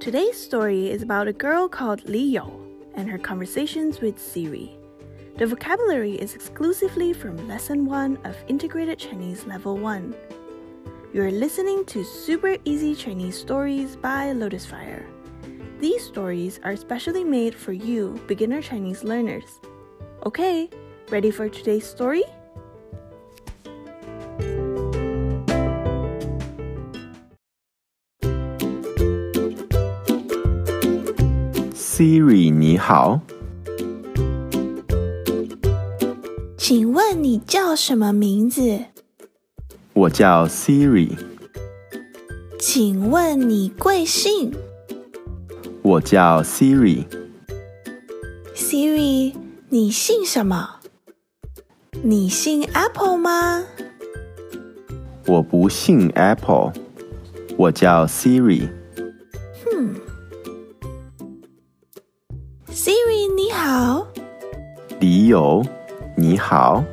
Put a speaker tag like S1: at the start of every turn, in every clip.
S1: Today's story is about a girl called Leo and her conversations with Siri. The vocabulary is exclusively from Lesson 1 of Integrated Chinese Level 1. You're listening to Super Easy Chinese Stories by Lotus Fire. These stories are specially made for you, beginner Chinese learners. Okay, ready for today's story?
S2: ，Siri 你好，
S1: 请问你叫什么名字？
S2: 我叫 Siri，
S1: 请问你贵姓
S2: 我叫 Siri，
S1: ？Siri，你姓什么？你姓 Apple 吗？
S2: 我不姓 Apple，我叫 Siri。
S1: Siri 你好，
S2: 李友，你好，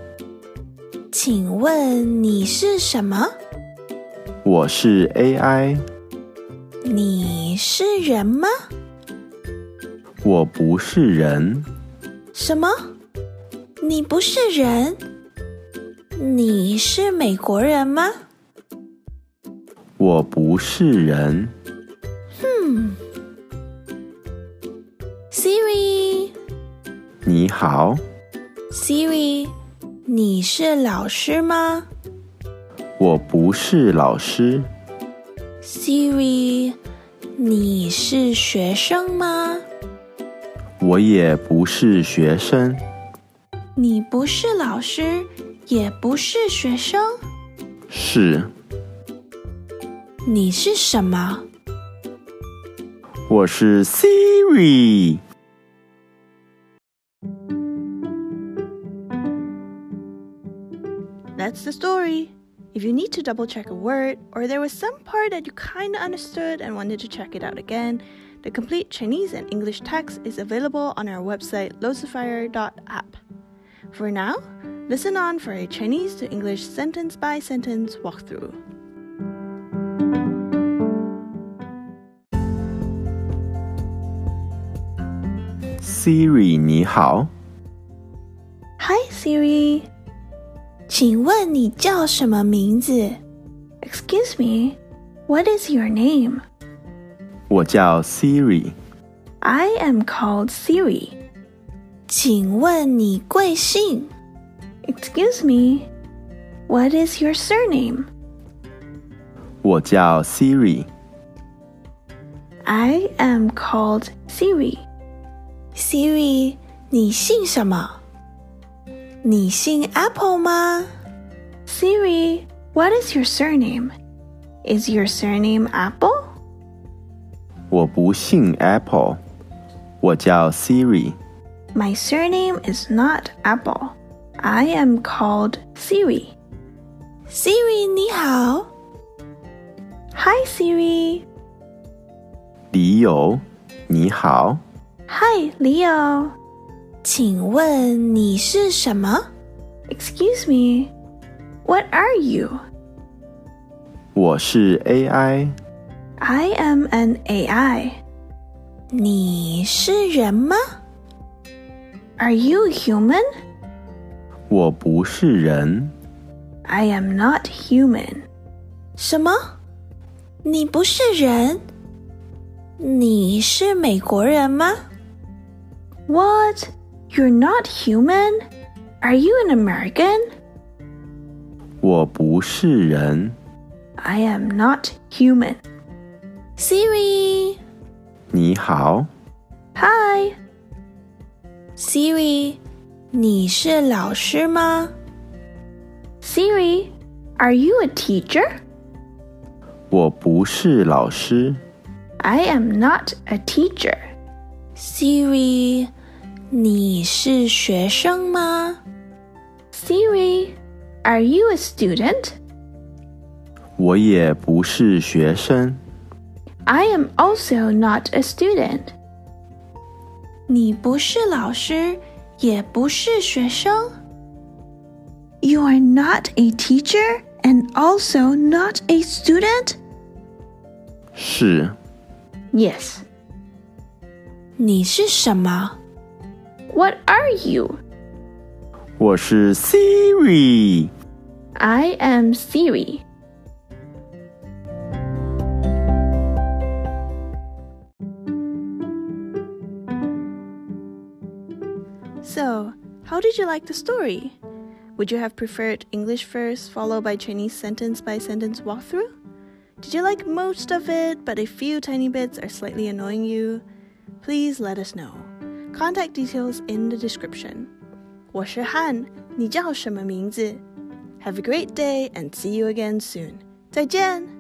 S1: 请问你是什么？
S2: 我是 AI，
S1: 你是人吗？
S2: 我不是人，
S1: 什么？你不是人？你是美国人吗？
S2: 我不是人。
S1: Siri，
S2: 你好，
S1: Siri，你是老师吗
S2: 我不是老师，
S1: ？Siri，你是学生吗？
S2: 我也不是学生，
S1: 你不是老师，也不是学生，
S2: 是
S1: 你是什么？
S2: 我是 Siri。
S1: That's the story. If you need to double check a word, or there was some part that you kinda understood and wanted to check it out again, the complete Chinese and English text is available on our website losifier.app. For now, listen on for a Chinese to English sentence by sentence walkthrough.
S2: ，Siri 你好，
S1: Hi Siri，请问你叫什么名字？Excuse me, what is your name?
S2: 我叫 Siri，
S1: I am called Siri. 请问你贵姓？Excuse me, what is your surname?
S2: 我叫 Siri。
S1: I am called Siri. Siri，你姓什么？你姓 Apple 吗？Siri, what is your surname? Is your surname Apple?
S2: 我不姓 Apple，我叫 Siri。
S1: My surname is not Apple. I am called Siri. Siri 你好。Hi Siri.
S2: 李友，你好，
S1: Hi Leo. 请问你是什么？Excuse me. What are you?
S2: 我是 AI，
S1: I am an AI. 你是人吗？Are you human?
S2: 我不是人，
S1: I am not human. 什么？你不是人？你是美国人吗？What? You're not human? Are you an American?
S2: 我不是人。
S1: I am not human. Siri.
S2: 你好，
S1: Hi. Siri. 你是老师吗？Siri. Are you a teacher?
S2: 我不是老师，
S1: I am not a teacher. Siri，你是学生吗？Siri，Are you a student?
S2: 我也不是学生，
S1: I am also not a student. 你不是老师，也不是学生。You are not a teacher and also not a student.
S2: 是
S1: Yes. 你是什么？What are you?
S2: 我是 Siri。
S1: I am Siri. So, how did you like the story? Would you have preferred English first, followed by Chinese sentence by sentence walkthrough? Did you like most of it, but a few tiny bits are slightly annoying you? Please let us know. Contact details in the description. 我是汉，你叫什么名字？Have a great day and see you again soon. 再见。